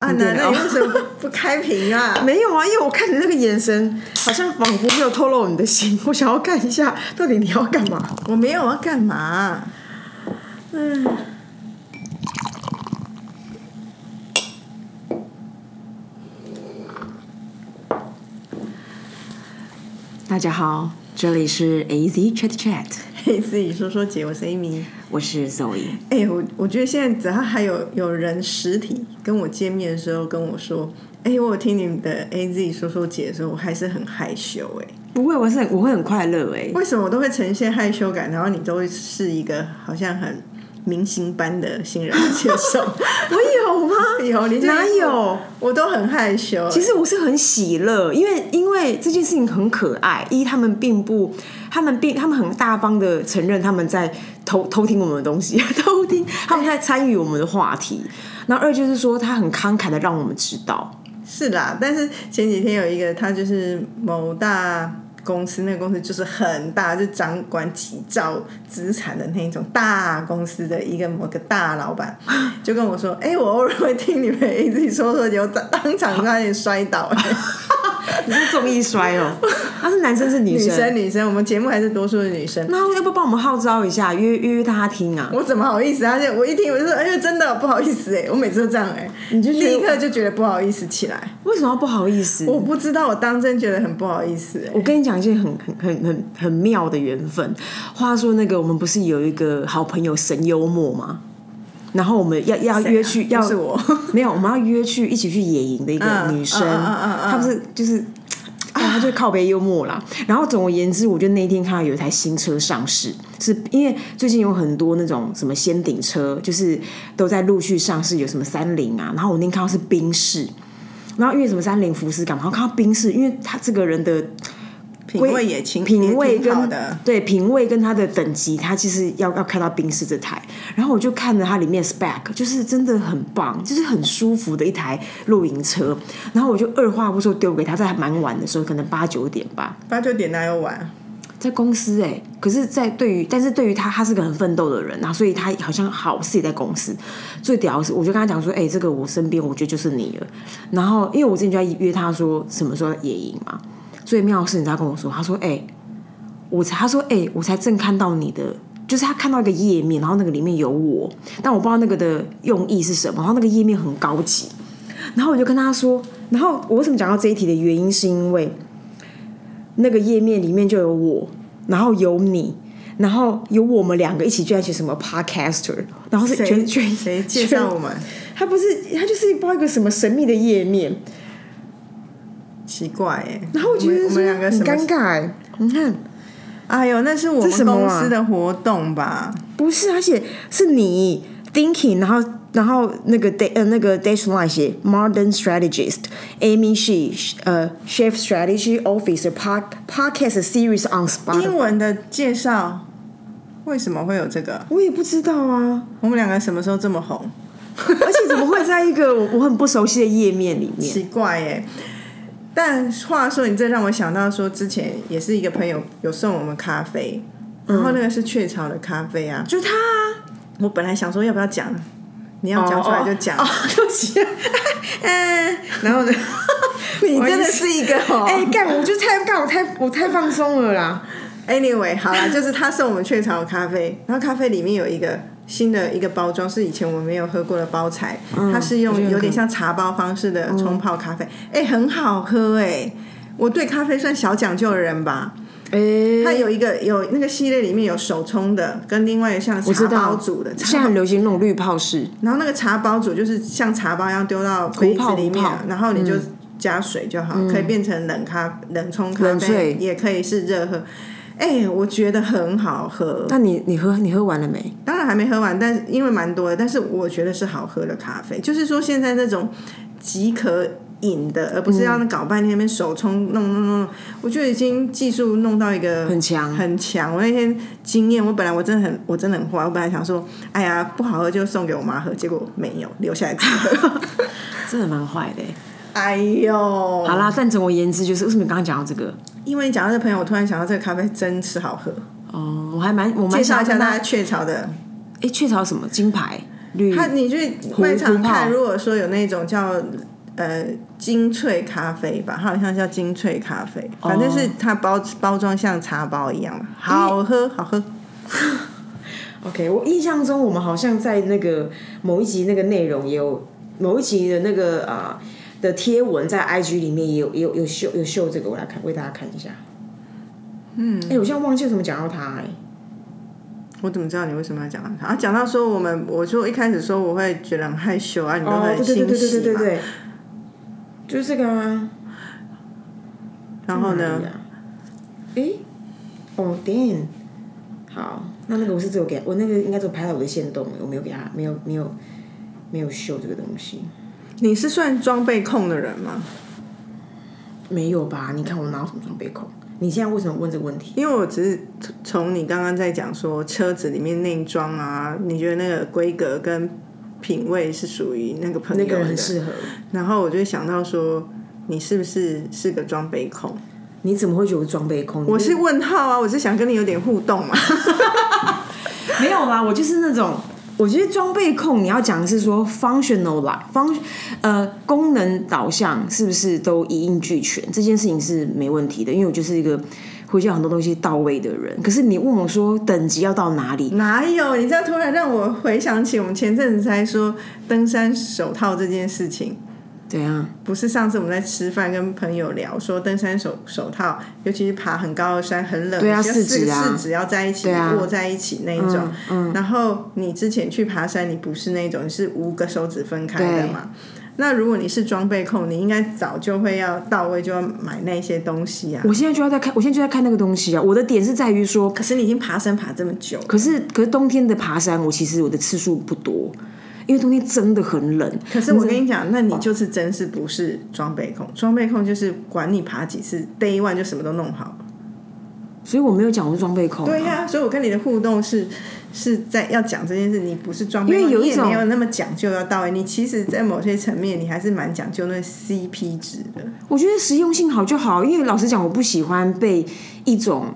男的，点啊你。为什么 不开屏啊？没有啊，因为我看你那个眼神，好像仿佛没有透露你的心。我想要看一下， 到底你要干嘛？我没有要啊干 嘛？嗯，大家好，这里是 A Z Chat Chat，嘿，自己说说姐，我是 Amy。我是 Zoe。哎、我我觉得现在只要还有有人实体跟我见面的时候跟我说，哎、我有听你们的 A Z 说说姐的时候，我还是很害羞哎、不会，我是很我会很快乐 哎、为什么我都会呈现害羞感，然后你都会是一个好像很明星般的新人的介绍？ 我有吗？ 有你就哪有？我都很害羞。其实我是很喜乐，因为因为这件事情很可爱。一，他们并不，他们并他们很大方的承认他们在偷偷听我们的东西， 偷听他们在参与我们的话题。然后二就是说他很慷慨的让我们知道，是啦，但是前几天有一个，他就是某大公司，那个公司就是很大，就掌管几兆资产的那一种大公司的一个某个大老 板，就跟我说：“哎、我偶尔会听你们 A Z 说说，有当当场差点摔倒。你是综艺摔哦， 他是男生是女女生，生，女生，我们节目还是多数是女生。那要不要帮我们号召一下，约约约大家听啊？我怎么好意思、啊？而且我一听我就说，哎、呦，真的不好意思哎、我每次都这样哎、你就觉得立刻就觉得不好意思起来。为什么要不好意思？我不知道，我当真觉得很不好意思、哎。我跟你讲一件很很很很很妙的缘分。话说那个我们不是有一个好朋友神幽默吗？然后我们要要谁啊约去，要不是我没有，我们要约去一起去野营的一个嗯女生，嗯嗯嗯嗯她不是就是。啊，她就是靠背幽默啦。然后总而言之，我就那天看到有一台新车上市，是因为最近有很多那种什么先顶车，就是都在陆续上市，有什么三菱啊。然后我那天看到是宾士，然后因为什么三菱福斯感嘛，然后看到宾士，因为他这个人的品味也挺品味也挺好跟的，对品味跟它的等级，它其实要要开到宾士这台。然后我就看了它里面的 spec，就是真的很棒，就是很舒服的一台露营车。然后我就二话不说丢给他，在还蛮晚的时候，可能八九点吧，八九点哪有晚？在公司哎、可是，在对于但是对于他，他是个很奋斗的人啊，所以他好像好事也在公司。最屌的是，我就跟他讲说，哎、这个我身边我觉得就是你了。然后因为我之前就在约他说什么时候要野营嘛，最妙的是你知道他跟我说，他说哎、我才他说哎、我才正看到你的。就是他看到一个页面，然后那个里面有我，但我不知道那个的用意是什么。然后那个页面很高级，然后我就跟他说，然后我为什么讲到这一题的原因，是因为那个页面里面就有我，然后有你，然后有我们两个一起就在一起什么 podcaster，然后是全全谁介绍我全们？他不是他就是不知道一个什么神秘的页面，奇怪哎、然后我觉们得我们两个说什很尴么？尬哎，你看哎呦，那是我这什们么啊公司的活动吧？不是，而且是你 thinking，然后然后那个 day 呃那个 dashline 写 modern strategist Amy she 呃 chief strategy officer pod podcast series on Spotify，英文的介绍为什么会有这个？我也不知道啊。我们两个什么时候这么红？而且怎么会在一个 我我很不熟悉的页面里面？奇怪耶、但话说，你这让我想到说，之前也是一个朋友有送我们咖啡，然后那个是雀巢的咖啡啊。就他啊，我本来想说要不要讲，你要讲出来就讲。哦，哦哦 对不起，嗯，然后呢？ 你 你真的是一个哦、哎干，我就太干，我太我太放松了啦。哎 Anyway，好啦，就是他送我们雀巢的咖啡，然后咖啡里面有一个新的一个包装，是以前我们没有喝过的包材，它是我觉用嗯得很有嗯点像茶包方式的冲泡咖啡，哎、很好喝哎、我对咖啡算小讲究的人吧。它哎，有一个有那个系列里面有手冲的，跟另外一个像我茶知包道，煮的现在茶包很流行那种绿泡式，然后那个茶包煮就是像茶包一样丢到杯子里壶面泡壶泡，嗯然后你就加水就好，可以变成冷咖、冷冲咖冷萃啡，也可以是热喝。哎、我觉得很好喝，那你你喝你喝完了没？当然还没喝完，但是因为蛮多的，但是我觉得是好喝的咖啡。就是说现在那种即可饮的，而不嗯是要搞半天那边手冲弄弄弄弄，我觉得已经技术弄到一个很强很强。我那天经验，我本来我真的很我真的很坏，我本来想说，哎呀不好喝就送给我妈喝，结果没有留下来自己喝。 真的蛮坏的欸。 哎呦，好啦，但总而言之，就是为什么刚刚讲到这个？因为你讲到这朋友，我突然想到这个咖啡真是好喝。哦，我还蛮我蛮介绍想一下跟大大家家。雀巢的哎，雀巢什么金牌？绿他你去卖场胡泡看，如果说有那种叫呃精粹咖啡吧，它好像叫精粹咖啡，反正是它包包装像茶包一样嘛，好喝好喝。 OK，我印象中我们好像在那个某一集那个内容也有某一集的那个啊、呃的贴文在 IG 里面也有也有有秀有秀这个，我来看为大家看一下。嗯，哎、我现在忘记怎么讲到它哎、我怎么知道你为什么要讲到它？啊，讲到说我们，我就一开始说我会觉得很害羞啊，你都哦，很对对对欣对对喜对对嘛。对，就是这个啊。然后呢在哪里，啊？诶，哦，damn，好，那那个我是只有给我那个应该只有拍到我的线动，我没有给他，没有没有没有秀这个东西，你是算装备控的人吗？没有吧？你看我哪有什么装备控？你现在为什么问这个问题？因为我只是从你刚刚在讲说车子里面内装啊，你觉得那个规格跟品味是属于那个朋友那的，个人很适合，然后我就想到说，你是不是是个装备控？你怎么会觉得我装备控？我是问号啊，我是想跟你有点互动嘛。没有啦，我就是那种，我觉得装备控你要讲的是说 functional 啦，方呃功能导向是不是都一应俱全？这件事情是没问题的，因为我就是一个会叫很多东西到位的人。可是你问我说等级要到哪里？哪有？你这样突然让我回想起我们前阵子才说登山手套这件事情。怎样？不是上次我们在吃饭跟朋友聊说登山手手套，尤其是爬很高的山很冷，对啊要四四指啊四指要在一起、对啊握在一起那一种。然后你之前去爬山，你不是那种，你是五个手指分开的嘛？那如果你是装备控，你应该早就会要到位，就要买那些东西啊。我现在就要在看，我现在就在看那个东西啊。我的点是在于说，可是你已经爬山爬这么久了，可是可是冬天的爬山，我其实我的次数不多，因为冬天真的很冷。可是我跟你讲，那你就是真是不是装备控？装备控就是管你爬几次，day one 就什么都弄好了。所以我没有讲我是装备控、啊。对呀、所以我跟你的互动是是在要讲这件事，你不是装备，因为有一你也种没有那么讲究要到位，你其实，在某些层面，你还是蛮讲究那 CP 值的。我觉得实用性好就好，因为老实讲，我不喜欢被一种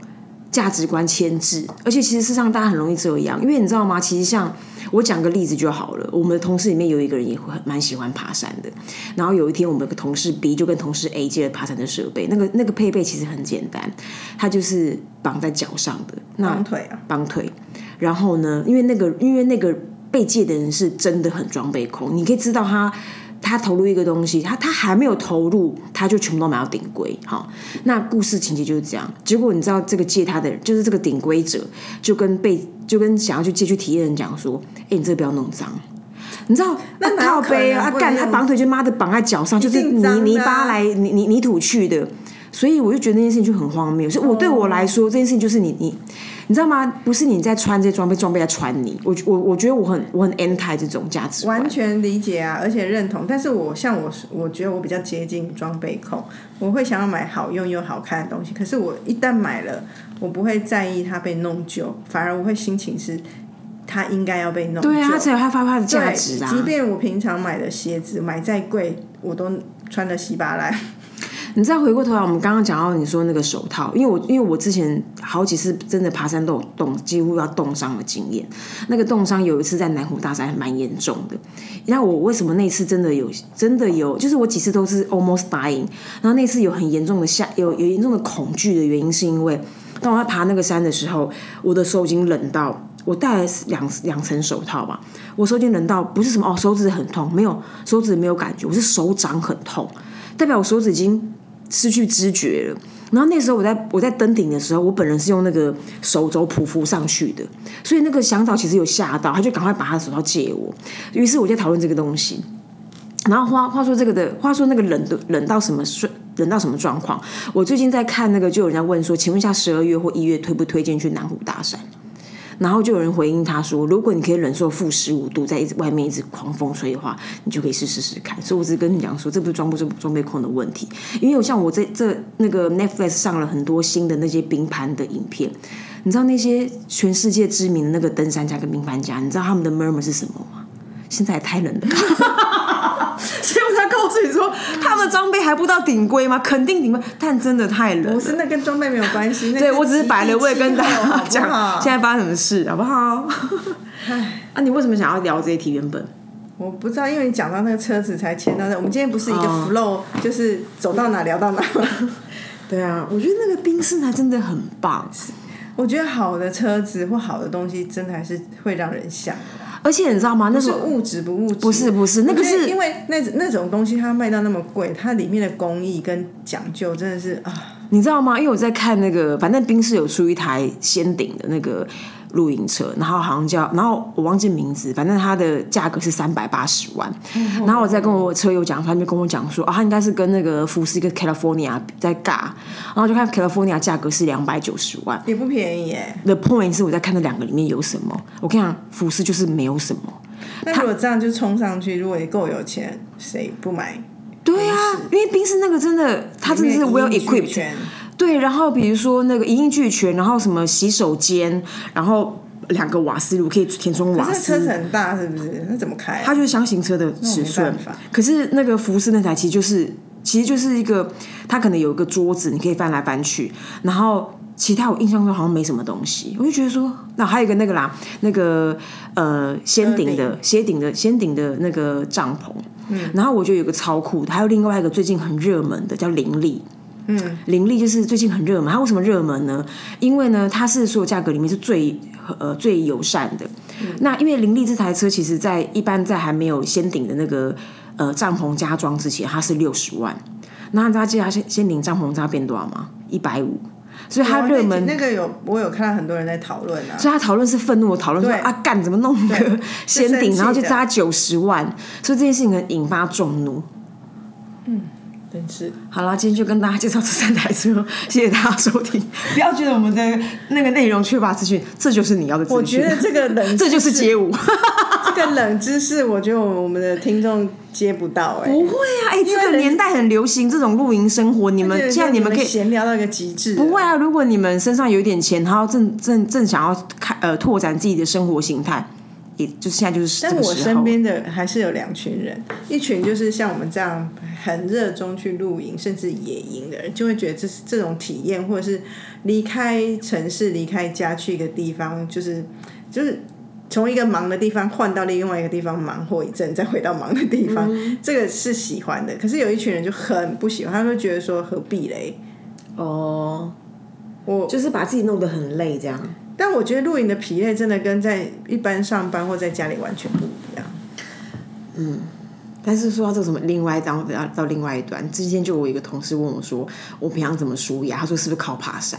价值观牵制，而且其实事实上大家很容易这样，因为你知道吗？其实像我讲个例子就好了，我们的同事里面有一个人也会很蛮喜欢爬山的，然后有一天我们有个同事 B 就跟同事 A 借了爬山的设备，那个那个配备其实很简单，它就是绑在脚上的，那绑腿啊，绑腿。然后呢，因为那个因为那个被借的人是真的很装备控，你可以知道他。他投入一个东西，他他还没有投入，他就全部都买到顶规。好，那故事情节就是这样。结果你知道这个借他的人，就是这个顶规者，就跟被就跟想要去借去体验的人讲说：“哎、你这个不要弄 脏。”你知道那啊哪有靠可背啊，能啊不干弄他绑腿就妈的绑在脚上，就是定泥脏的泥啊巴来泥泥泥土去的。所以我就觉得那件事情就很荒谬。所以我对我来说，这件事情就是你你你知道吗？不是你在穿这些装备，装备在穿你。我我我觉得我很我很 anti 这种价值观完。全理解啊，而且认同。但是我像我，我觉得我比较接近装备控，我会想要买好用又好看的东西。可是我一旦买了，我不会在意它被弄旧，反而我会心情是它应该要被弄旧。对啊，它才有它发挥它的价对，值即啊！便我平常买的鞋子买再贵，我都穿的稀巴烂。你再回过头来，我们刚刚讲到你说那个手套，因为我因为我之前好几次真的爬山都有冻，几乎要冻伤的经验。那个冻伤有一次在南湖大山还蛮严重的。那我为什么那次真的有真的有，就是我几次都是 almost dying，然后那次有很严重的下有有严重的恐惧的原因，是因为当我在爬那个山的时候，我的手已经冷到，我戴了两两层手套吧，我手已经冷到不是什么哦，手指很痛，没有手指没有感觉，我是手掌很痛，代表我手指已经失去知觉了。然后那时候我在我在登顶的时候，我本人是用那个手肘匍匐上去的，所以那个向导其实有吓到，他就赶快把他的手套借我。于是我就讨论这个东西，然后话话说这个的，话说那个冷的冷到什么顺冷到什么状况？我最近在看那个，就有人在问说，请问一下十二月或一月推不推荐去南湖大山？然后就有人回应他说，如果你可以忍受负十五度，在一直外面一直狂风吹的话，你就可以试试试看。所以我只是跟你讲说，这不是装不装装备控的问题，因为我像我这这那个 Netflix 上了很多新的那些冰盘的影片，你知道那些全世界知名的那个登山家跟冰盘家，你知道他们的 murmur 是什么吗？现在也太冷了吧。所以我他告诉你说他们的装备还不到顶规吗？肯定顶规，但真的太冷不了。是那跟装备没有关系。那对跟我只是摆了位跟大气候好家不讲好 现在发生什么事，好不好？ 啊，你为什么想要聊这一题？原本我不知道，因为你讲到那个车子才牵到那，我们今天不是一个哦 flow，、就是走到哪聊到哪。对啊，我觉得那个冰室还真的很棒， 我觉得好的车子或好的东西，真的还是会让人想，而且你知道吗？那时是候物质不物质。不是不是，那我个觉得是因为那那种东西它卖到那么贵，它里面的工艺跟讲究真的是啊，你知道吗？因为我在看那个，反正冰室有出一台仙顶的那个露营车，然后好像叫，然后我忘记名字，反正它的价格是三百八十万。然后我在跟我车友讲，他就跟我讲说，啊，他应该是跟那个福斯跟 California 在尬，然后就看 California 价格是两百九十万。也不便宜耶。 The point 是我在看那两个里面有什么，我跟你讲，福斯就是没有什么。那如果这样就冲上去，如果你够有钱，谁不买？对啊，因为冰室那个真的，它真的是里面 well 一应俱 equipped，全对，然后比如说那个一应俱全，然后什么洗手间，然后两个瓦斯炉可以填充可瓦是车子斯，很大，是不是？那怎么开、啊？它就是箱型车的那尺我寸没办法。可是那个福斯那台其实就是，其实就是一个，它可能有一个桌子，你可以翻来翻去，然后。其他我印象中好像没什么东西，我就觉得说，那还有一个那个啦，那个呃仙顶的仙顶的仙顶的那个帐篷，嗯，然后我觉得有个超酷的，还有另外一个最近很热门的叫林立，林立就是最近很热门，它为什么热门呢？因为呢，它是所有价格里面是最呃最友善的。那因为林立这台车，其实在一般在还没有先顶的那个呃帐篷加装之前，它是六十万。那大家记得它先先顶帐篷知道变多少吗？一百五。所以它哇热那门，那个有我有看到很多人在讨论啊，所以他讨论是愤怒的讨论，说对啊干怎么弄个 对仙是生顶，气然后就的砸九十万，所以这件事情很引发众怒。真是好啦，今天就跟大家介绍这三台车， 谢谢大家收听。不要觉得我们的那个内容缺乏资讯，这就是你要的资讯。我觉得这个冷， 这就是街舞， 这个冷知识，我觉得我们的听众接不到哎、不会啊！哎、这个年代很流行这种露营生活，你们现在你们可以闲聊到一个极致，不会啊，如果你们身上有一点钱，然后正正正想要开呃拓展自己的生活形态，也就现在就是这但个我时候身。边的还是有两群人，一群就是像我们这样很热衷去露营，甚至野营的人，就会觉得这是这种体验，或者是离开城市、离开家去一个地方，就是就是从一个忙的地方换到另外一个地方忙活一阵，再回到忙的地方，嗯这个是喜欢的。可是有一群人就很不喜欢，他们会觉得说何必嘞？哦，我就是把自己弄得很累这样。但我觉得露营的疲累真的跟在一般上班或在家里完全不一样。但是说到这个什么另外一端到到另外一端，之前就我有一个同事问我说，我平常怎么舒压？他说是不是靠爬山？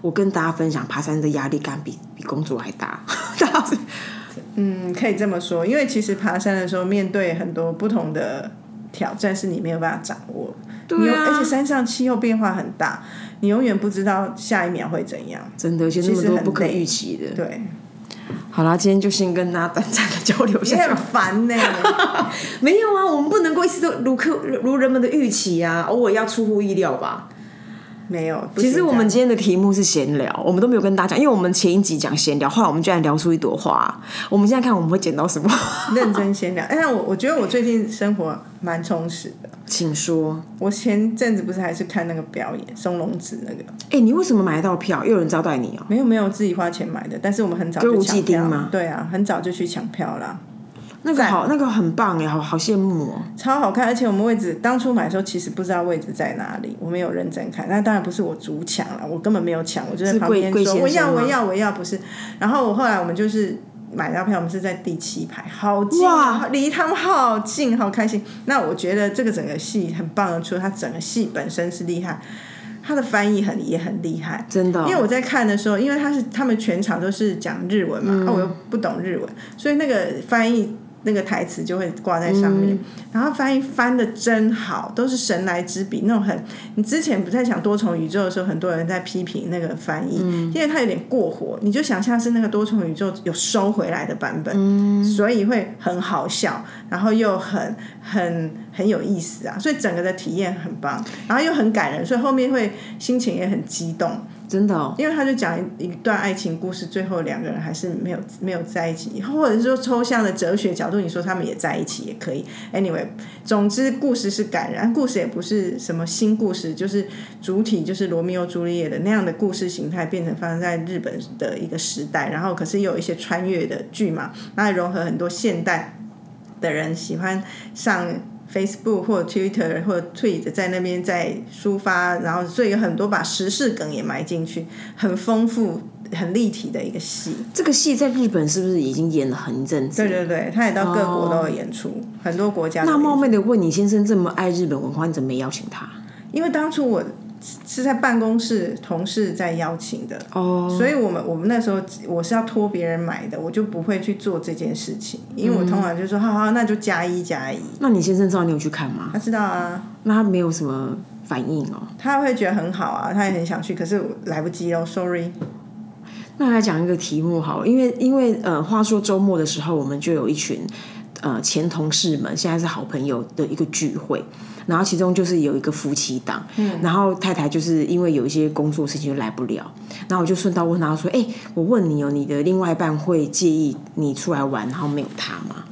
我跟大家分享，爬山的压力感比比工作还大。 大家是嗯，可以这么说，因为其实爬山的时候，面对很多不同的挑战，是你没有办法掌握。啊你有而且山上气候变化很大，你永远不知道下一秒会怎样。真的，而且那么其实多很不可累预期的。对，好啦，今天就先跟大家短暂的交流一也很下。烦呢、 没有啊，我们不能够一直都如客如人们的预期啊，偶尔要出乎意料吧。没有，不其实行我们这今天的题目是闲聊，我们都没有跟大家讲，因为我们前一集讲闲聊，后来我们居然聊出一朵花。我们现在看我们会捡到什么，样认真闲聊。但我我觉得我最近生活蛮充实的。 请说。我前阵子不是还是看那个表演松隆子那个，哎、你为什么买得到票？又有人招待你哦、没有没有自己花钱买的，但是我们很早歌就舞伎抢票町吗对啊，很早就去抢票啦。那个好，那个很棒哎，好好羡慕哦、超好看，而且我们位置当初买的时候其实不知道位置在哪里，我没有认真看。那当然不是我主抢了，我根本没有抢，我就在是旁贵边贵说先我要生吗我要我要，不是。然后我后来我们就是买到票，我们是在第七排，好近哇啊，离他们好近，好开心。那我觉得这个整个戏很棒的，除了它整个戏本身是厉害，它的翻译很也很厉害。真的哦、因为我在看的时候，因为他是他们全场都是讲日文嗯嘛，那、啊我又不懂日文，所以那个翻译那个台词就会挂在上嗯面。然后翻译翻的真好，都是神来之笔，那种很你之前不太想多重宇宙的时候，很多人在批评那个翻译，嗯因为它有点过火，你就想象是那个多重宇宙有收回来的版本，嗯所以会很好笑，然后又很很很有意思啊，所以整个的体验很棒，然后又很感人，所以后面会心情也很激动。真的哦，因为他就讲一段爱情故事，最后两个人还是没有没有在一起，或者是说抽象的哲学角度，你说他们也在一起也可以。Anyway，总之故事是感人，故事也不是什么新故事，就是主体就是罗密欧朱丽叶的那样的故事形态，变成发生在日本的一个时代，然后可是又有一些穿越的剧嘛，那融合很多现代的人喜欢上 Facebook 或 Twitter 或 Tweet 在那边在抒发，然后所以有很多把时事梗也埋进去，很丰富、很立体的一个戏。这个戏在日本是不是已经演了很一阵子？对对对，他也到各国都有演出，很多国家都有演那出。冒昧的问你，先生这么爱日本文化，你怎么没邀请他？因为当初我是在办公室同事在邀请的，哦，所以我们我们那时候我是要托别人买的，我就不会去做这件事情，因为我通常就说好好，那就加一加一。那你先生知道你有去看吗？他知道啊，那他没有什么反应哦。他会觉得很好啊，他也很想去，可是我来不及哦，sorry。那来讲一个题目好了，因为因为呃，话说周末的时候，我们就有一群呃前同事们，现在是好朋友的一个聚会。然后其中就是有一个夫妻档，嗯，然后太太就是因为有一些工作事情就来不了，然后我就顺道问他说：“哎、我问你哦，你的另外一半会介意你出来玩，然后没有他吗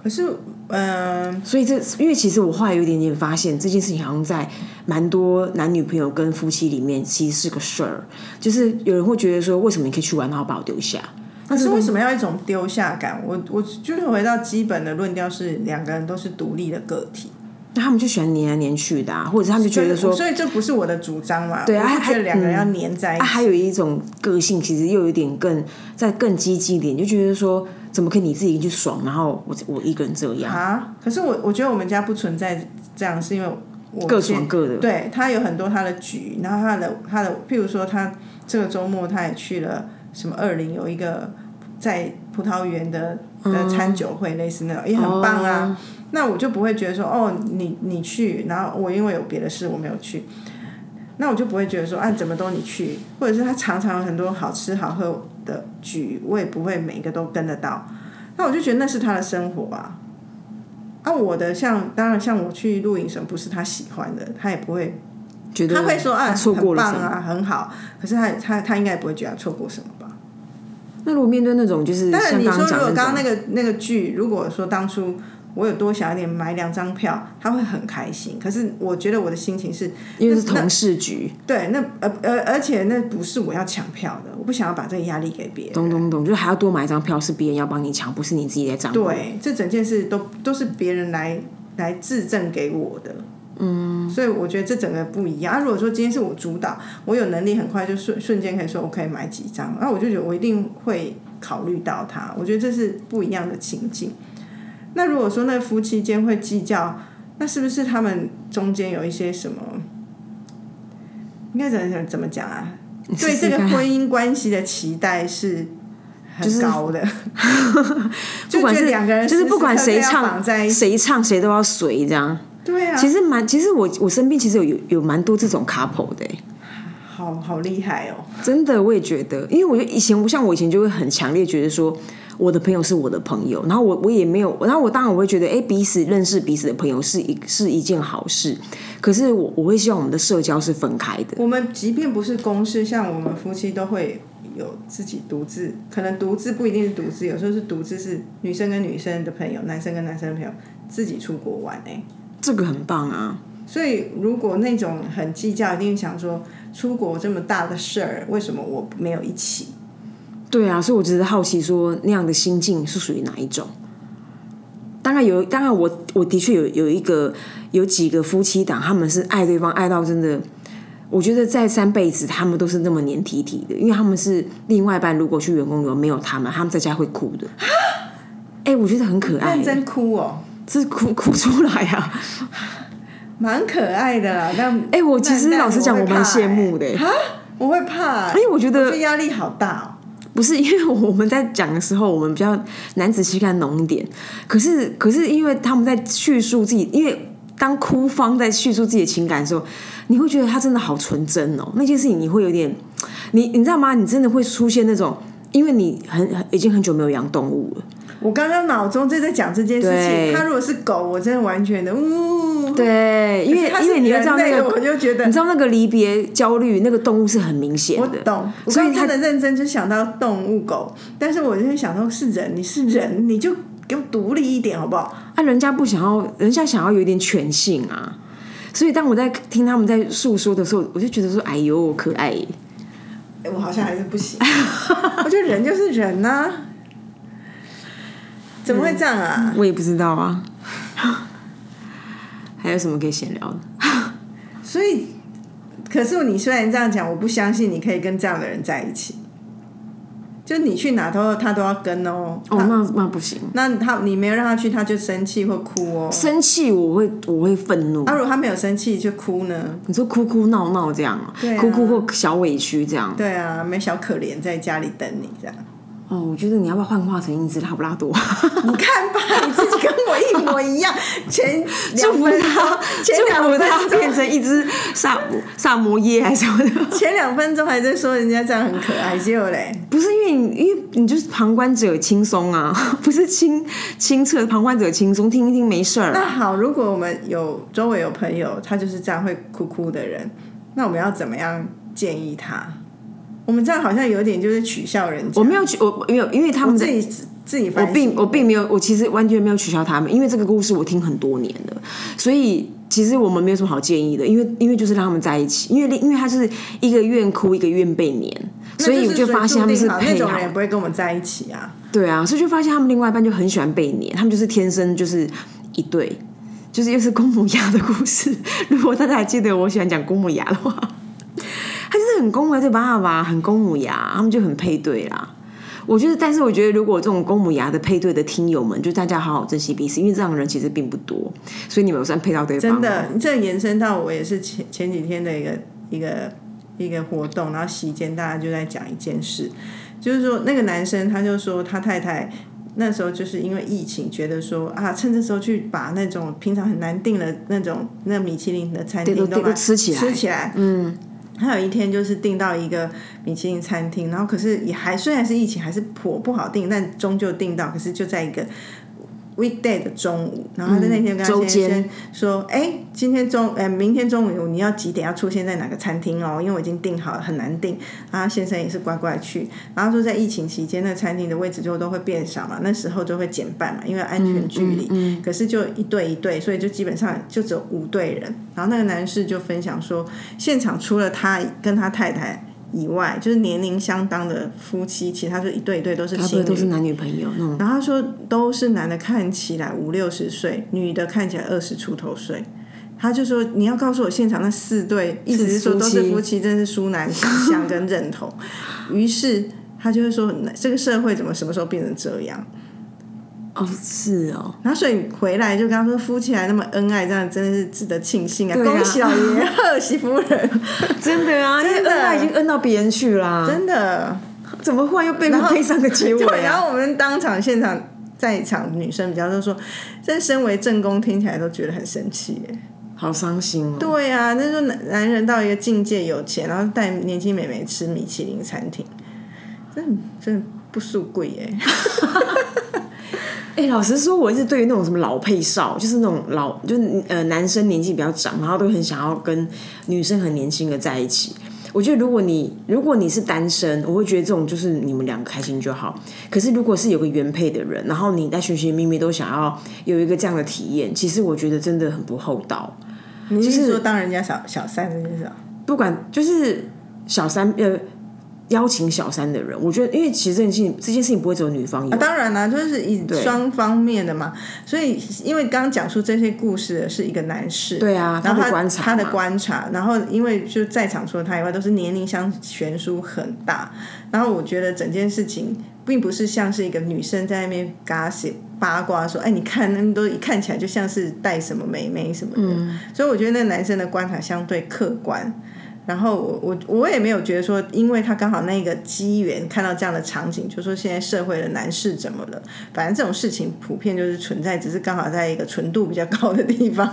可是，嗯、？”所以这因为其实我后来有一点点发现，这件事情好像在蛮多男女朋友跟夫妻里面其实是个事儿，就是有人会觉得说，为什么你可以去玩，然后把我丢下？可是为什么要一种丢下感？我我就是回到基本的论调是，两个人都是独立的个体。那他们就喜欢黏来黏去的、啊，或者是他们就觉得说，哦所以这不是我的主张嘛？对啊我就觉还得两个人要黏在一啊，起。还有一种个性，其实又有点更再更激进一点，就觉得说，啊怎么可以你自己去爽，然后我我一个人这样，啊！可是我我觉得我们家不存在这样，是因为我各爽各的。对他有很多他的局，然后他的他的，譬如说他这个周末他也去了什么二零有一个在葡萄园的的餐酒会，类似那种也很棒啊。那我就不会觉得说哦，你你去，然后我因为有别的事我没有去，那我就不会觉得说啊，怎么都你去，或者是他常常有很多好吃好喝的局，我也不会每一个都跟得到。那我就觉得那是他的生活啊。啊，我的像当然像我去露营什么不是他喜欢的，他也不会，觉得他会说啊，他错过了很什棒啊，很好。可是他他他应该也不会觉得他错过什么吧？那如果面对那种就是当然，像你刚说刚如讲果的刚刚那那种，个那个剧，如果说当初我有多想一点买两张票，他会很开心。可是我觉得我的心情是因为是那同事局，对，那呃呃，而且那不是我要抢票的，我不想要把这个压力给别人。懂懂懂，就是还要多买一张票，是别人要帮你抢，不是你自己在掌握。对，这整件事都都是别人来来质证给我的。嗯，所以我觉得这整个不一样。啊、如果说今天是我主导，我有能力很快就瞬瞬间可以说我可以买几张，啊那、我就觉得我一定会考虑到它。我觉得这是不一样的情境。那如果说那夫妻间会计较，那是不是他们中间有一些什么？应该怎么怎么讲啊？你试 对试这个看婚姻关系的期待是很就是高 的，不就是觉管得两个人就是不管谁时时刻刻要唱绑在一起，谁唱谁都要随这样。对啊，其实蛮，其实我我身边其实有有有蛮多这种 couple 的欸、好好厉害哦。真的，我也觉得，因为我就以前，像我以前就会很强烈觉得说，我的朋友是我的朋友，然后我我也没有，然后我当然我会觉得，哎，彼此认识彼此的朋友是一是一件好事，可是我我会希望我们的社交是分开的，我们即便不是公事，像我们夫妻都会有自己独自，可能独自不一定是独自，有时候是独自是女生跟女生的朋友，男生跟男生的朋友自己出国玩哎、这个很棒啊。所以，如果那种很计较，一定想说出国这么大的事儿，为什么我没有一起？对啊，所以我只是好奇说，那样的心境是属于哪一种？当然有，当然我我的确有有一个有几个夫妻档，他们是爱对方爱到真的，我觉得在三辈子他们都是那么黏体体的，因为他们是另外一半，如果去员工旅游没有他们，他们在家会哭 的。哎、我觉得很可爱认，真哭哦，是哭哭出来啊！ 蛮可爱的啦。但哎、我其实但老实讲，我蛮羡慕的、啊，我会怕、欸，因为我觉我觉得得压力好大哦不是因为我们在讲的时候，我们比较男子气概浓一点。可是，可是因为他们在叙述自己，因为当哭方在叙述自己的情感的时候，你会觉得他真的好纯真哦。那件事情你会有点，你你知道吗？你真的会出现那种，因为你很很已经很久没有养动物了。哦。我刚刚脑中就在讲这件事对情，他如果是狗，我真的完全的呜，对，因为可是它是因为你会知道那人类个，我就觉得你知道那个离别焦虑，那个动物是很明显我的，懂，我所刚以刚它真的认真就想到动物狗，但是我就想说，是人，你是人，你就给我独立一点好不好？啊，人家不想要，人家想要有一点犬性啊。所以当我在听他们在诉说的时候，我就觉得说，哎呦，可爱耶。哎我好像还是不 行，我觉得人就是人呐、怎么会这样啊？我也不知道啊。 还有什么可以闲聊的？所以，可是你虽然这样讲，我不相信你可以跟这样的人在一起。就你去哪都他都要跟哦，哦，他那那不行，那他你没有让他去，他就生气或哭哦。啊生气我会我会愤怒。那、如果他没有生气就哭呢？你说哭哭闹闹这样啊，对啊哭哭或小委屈这样。对啊，没小可怜在家里等你这样。哦，我觉得你要不要幻化成一只拉布拉多？你看吧，你自己跟我一模一样。前祝两福分 他钟，，前两祝福分他钟，变成一只萨摩萨摩耶还是什么的。前两分钟还在说人家这样很可爱，结果嘞，不是因为你，因为你就是旁观者轻松啊， 不是清清澈，旁观者轻松，听一听没事儿、那啊。好，如果我们有周围有朋友，他就是这样会哭哭的人，那我们要怎么样建议他？我们这样好像有点就是取笑人家。我没有去，我没有，因为他我们自在己自自己我反省并我并没有，我其实完全没有取消他们，因为这个故事我听很多年了，所以其实我们没有什么好建议的，因为因为就是让他们在一起，因为因为他是一个愿哭一个愿被黏，那所以我是就发现他们是注定好那配种好人，也不会跟我们在一起啊。对啊，所以就发现他们另外一半就很喜欢被黏，他们就是天生就是一对。就是又是公母鸭的故事。 如果大家还记得我喜欢讲公母鸭的话，他就是很公母对爸爸，很公母鸭，他们就很配对啦。我觉得，但是我觉得，如果这种公母牙的配对的听友们，就大家好好珍惜彼此，因为这样的人其实并不多，所以你们有算配到对真，方。的，这延伸到我也是前前几天的一个一个一个活动，然后席间大家就在讲一件事，就是说那个男生他就说他太太。那时候就是因为疫情，觉得说啊，趁这时候去把那种平常很难订的那种那米其林的餐厅对都把都吃起来吃起来。嗯，他有一天就是订到一个米其林餐厅，然后可是也还虽然是疫情，还是颇不好订，但终究订到。可是就在一个 weekday 的中午，然后他在那天跟周他先嗯间生说：“哎、今天中，哎、明天中午你要几点要出现在哪个餐厅哦？因为我已经订好了，很难订。”然后先生也是乖乖去。然后说在疫情期间，那餐厅的位置就都会变少嘛，那时候就会减半嘛，因为安嗯全距离。可是就一对一对，所以就基本上就只有五对人。然后那个男士就分享说，现场除了他跟他太太。以外，就是年龄相当的夫妻，其他就一对一对都是他不情会侣，都是男女朋友那种，然后他说，都是男的看起来五六十岁，女的看起来二十出头岁。他就说，你要告诉我现场那四对，意思是说夫都是妻夫妻，真是殊难想象跟认同。 于是他就会说，那这个社会怎么什么时候变成这样？哦，是哦，然后所以回来就跟他说，夫妻还那么恩爱，这样真的是值得庆幸啊！对啊恭喜老爷， 贺喜夫 人，真的啊，因为真的恩爱已经恩到别人去啦，真的。怎么忽然又被人配上个 结尾对，然啊？后我们当场现场在场女生比较都说，这身为正宫听起来都觉得很生气耶。好伤心哦。对啊，那时候男男人到一个境界，有钱，然后带年轻美眉吃米其林餐厅，真的真的不输贵耶。哎、老实说，我一直对于那种什么老配少，就是那种老，就是呃男生年纪比较长，然后都很想要跟女生很年轻的在一起。我觉得如果你如果你是单身，我会觉得这种就是你们两个开心就好。可是如果是有个原配的人，然后你在寻寻觅觅都想要有一个这样的体验，其实我觉得真的很不厚道。你就是是说当人家小小三这件事啊？不管就是小三呃邀请小三的人，我觉得因为其实这件事情这件事情不会只有女方有啊，，当然啦、就是以双方面的嘛。所以，因为刚讲述这些故事的是一个男士，对啊然后他的观察他的嘛观察，然后因为就在场除了他以外，都是年龄相悬殊很大。然后我觉得整件事情并不是像是一个女生在那边 gossip 八卦说，哎，你看那么多，看起来就像是带什么妹妹什么的。嗯所以我觉得那个男生的观察相对客观。然后我我我也没有觉得说，因为他刚好那个机缘看到这样的场景，就说现在社会的男士怎么了？反正这种事情普遍就是存在，只是刚好在一个纯度比较高的地方。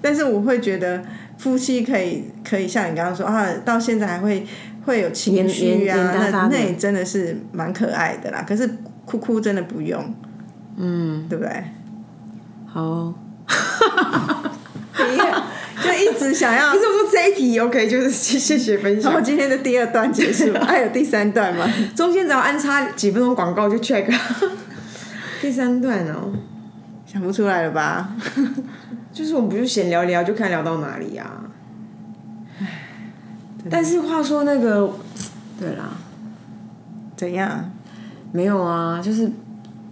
但是我会觉得夫妻可以可以像你刚刚说啊，到现在还会会有情绪啊黏，黏黏哒那哒的那也真的是蛮可爱的啦。可是哭哭真的不用，嗯，对不对？好哦。你只想要啊可。是我说这一题 OK，就是谢谢谢分然后享。今天的第二段结束，还有第三段吗？中间只要安插几分钟广告就 check。第三段哦，想不出来了吧？就是我们不就闲聊聊，就看聊到哪里啊。但是话说那个，对啦，怎样？没有啊，就是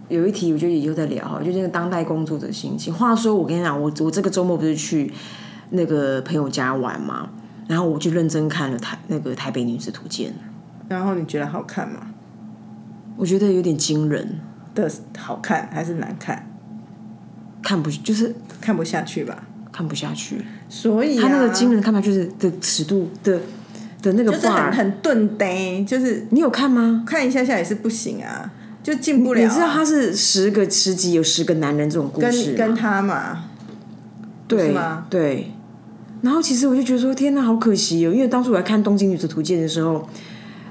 有一题，我觉得也有在聊哈，就那个当代工作者心情。话说，我跟你讲，我我这个周末不是去那个朋友家玩嘛，然后我就认真看了台那个《台北女子图鉴》，然后你觉得好看吗？我觉得有点惊人，的好看还是难看？看不就是看不下去吧？看不下去。所以、啊、他那个惊人看不下去的的尺度的的那个就是很 bar，很钝呆，就是你有看吗？看一下下也是不行啊，就进不了啊、你知道他是十个十集有十个男人这种故事跟吗跟他嘛，不是对吗对。然后其实我就觉得说，天哪，好可惜哦！因为当初我在看《东京女子图鉴》的时候，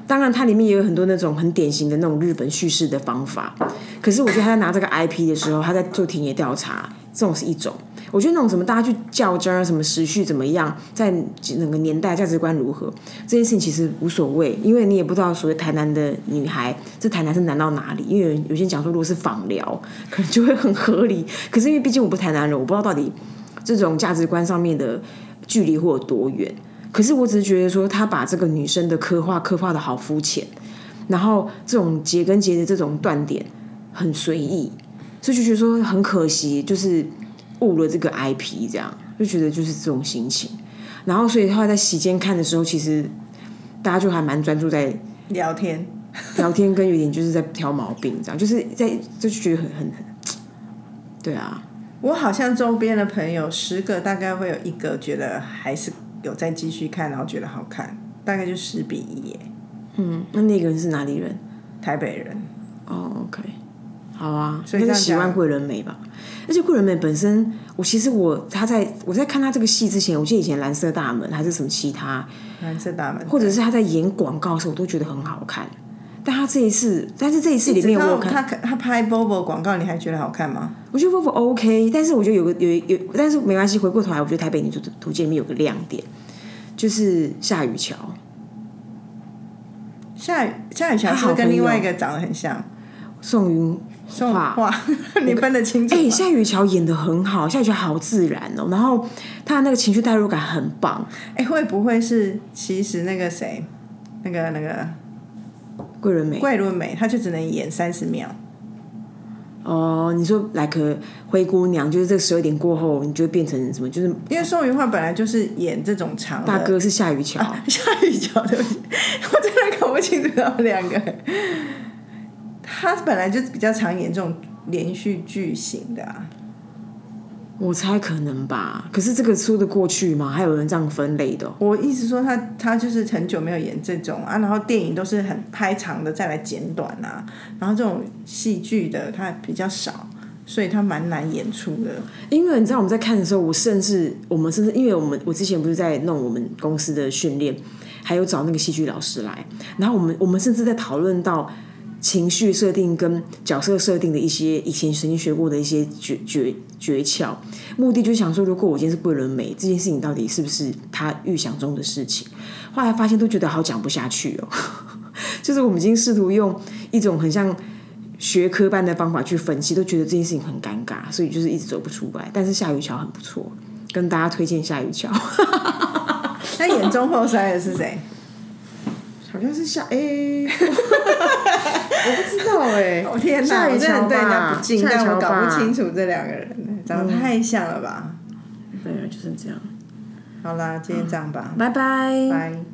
当然它里面也有很多那种很典型的那种日本叙事的方法。可是我觉得他在拿这个 IP 的时候，他在做田野调查，这种是一种。我觉得那种什么大家去较真儿，什么时序怎么样，在整个年代价值观如何，这件事情其实无所谓，因为你也不知道所谓台南的女孩，这台南是难到哪里。因为有人有些人讲说，如果是访聊，可能就会很合理。可是因为毕竟我不是台南人，我不知道到底这种价值观上面的距离会有多远。可是我只是觉得说，他把这个女生的刻画刻画的好肤浅，然后这种节跟节的这种断点很随意，所以就觉得说很可惜，就是误了这个 IP，这样就觉得就是这种心情。然后所以后来在席间看的时候，其实嗯大家就还蛮专注在聊天，聊天，跟有点就是在挑毛病，这样就是在就觉得很很很，对啊，我好像周边的朋友十个大概会有一个觉得还是有再继续看，然后觉得好看，大概就十比一耶。嗯，那那个人是哪里人？台北人，哦，OK，好啊，所以这样那就喜欢讲桂纶镁吧。而且桂纶镁本身，我其实我他在我在看他这个戏之前，我记得以前《蓝色大门》还是什么其他，蓝色大门，或者是他在演广告的时候，我都觉得很好看。但他这一次，但是这一次里面我有看，他他拍 Bobo 广告，你还觉得好看吗？我觉得 Volvo OK，但是我觉得有个有有，但是没关系。回过头来，我觉得台北女主图鉴里面有个亮点，就是夏雨乔。夏雨夏雨乔是不是跟另外一个长得很像？宋云宋画， 你分得清楚哎、吗？夏雨乔演的很好，夏雨乔好自然哦，然后她的那个情绪代入感很棒。哎、会不会是其实那个谁，那个那个桂纶镁桂纶镁，她就只能演三十秒？哦，你说来个灰姑娘，就是这十二点过后，你就会变成什么？就是因为宋云画本来就是演这种长大的。啊哥是夏雨乔，夏雨乔，对不起， 我真的搞不清楚他们两个。他本来就是比较常演这种连续剧型的、啊，我猜可能吧。可是这个说得过去吗？还有人这样分类的哦、我意思说他他就是很久没有演这种啊，然后电影都是很拍长的再来剪短啊，然后这种戏剧的他比较少，所以他蛮难演出的。因为你知道我们在看的时候，我甚至我们甚至因为我们我之前不是在弄我们公司的训练，还有找那个戏剧老师来，然后我们我们甚至在讨论到情绪设定跟角色设定的一些以前曾经学过的一些诀诀诀窍，目的就是想说，如果我今天是桂纶镁，这件事情到底是不是他预想中的事情？后来发现都觉得好讲不下去哦， 就是我们已经试图用一种很像学科班的方法去分析，都觉得这件事情很尴尬，所以就是一直走不出来。但是夏雨乔很不错，跟大家推荐夏雨乔，那演中后塞的是谁？ 好像是夏哎， 我不知道哎、我、天哪，夏我雨真的乔对人家吧，不敬，夏雨但乔我搞不吧清，楚这两个人长得太像了吧？对，就是这样，好啦，今天这样吧，拜拜。拜。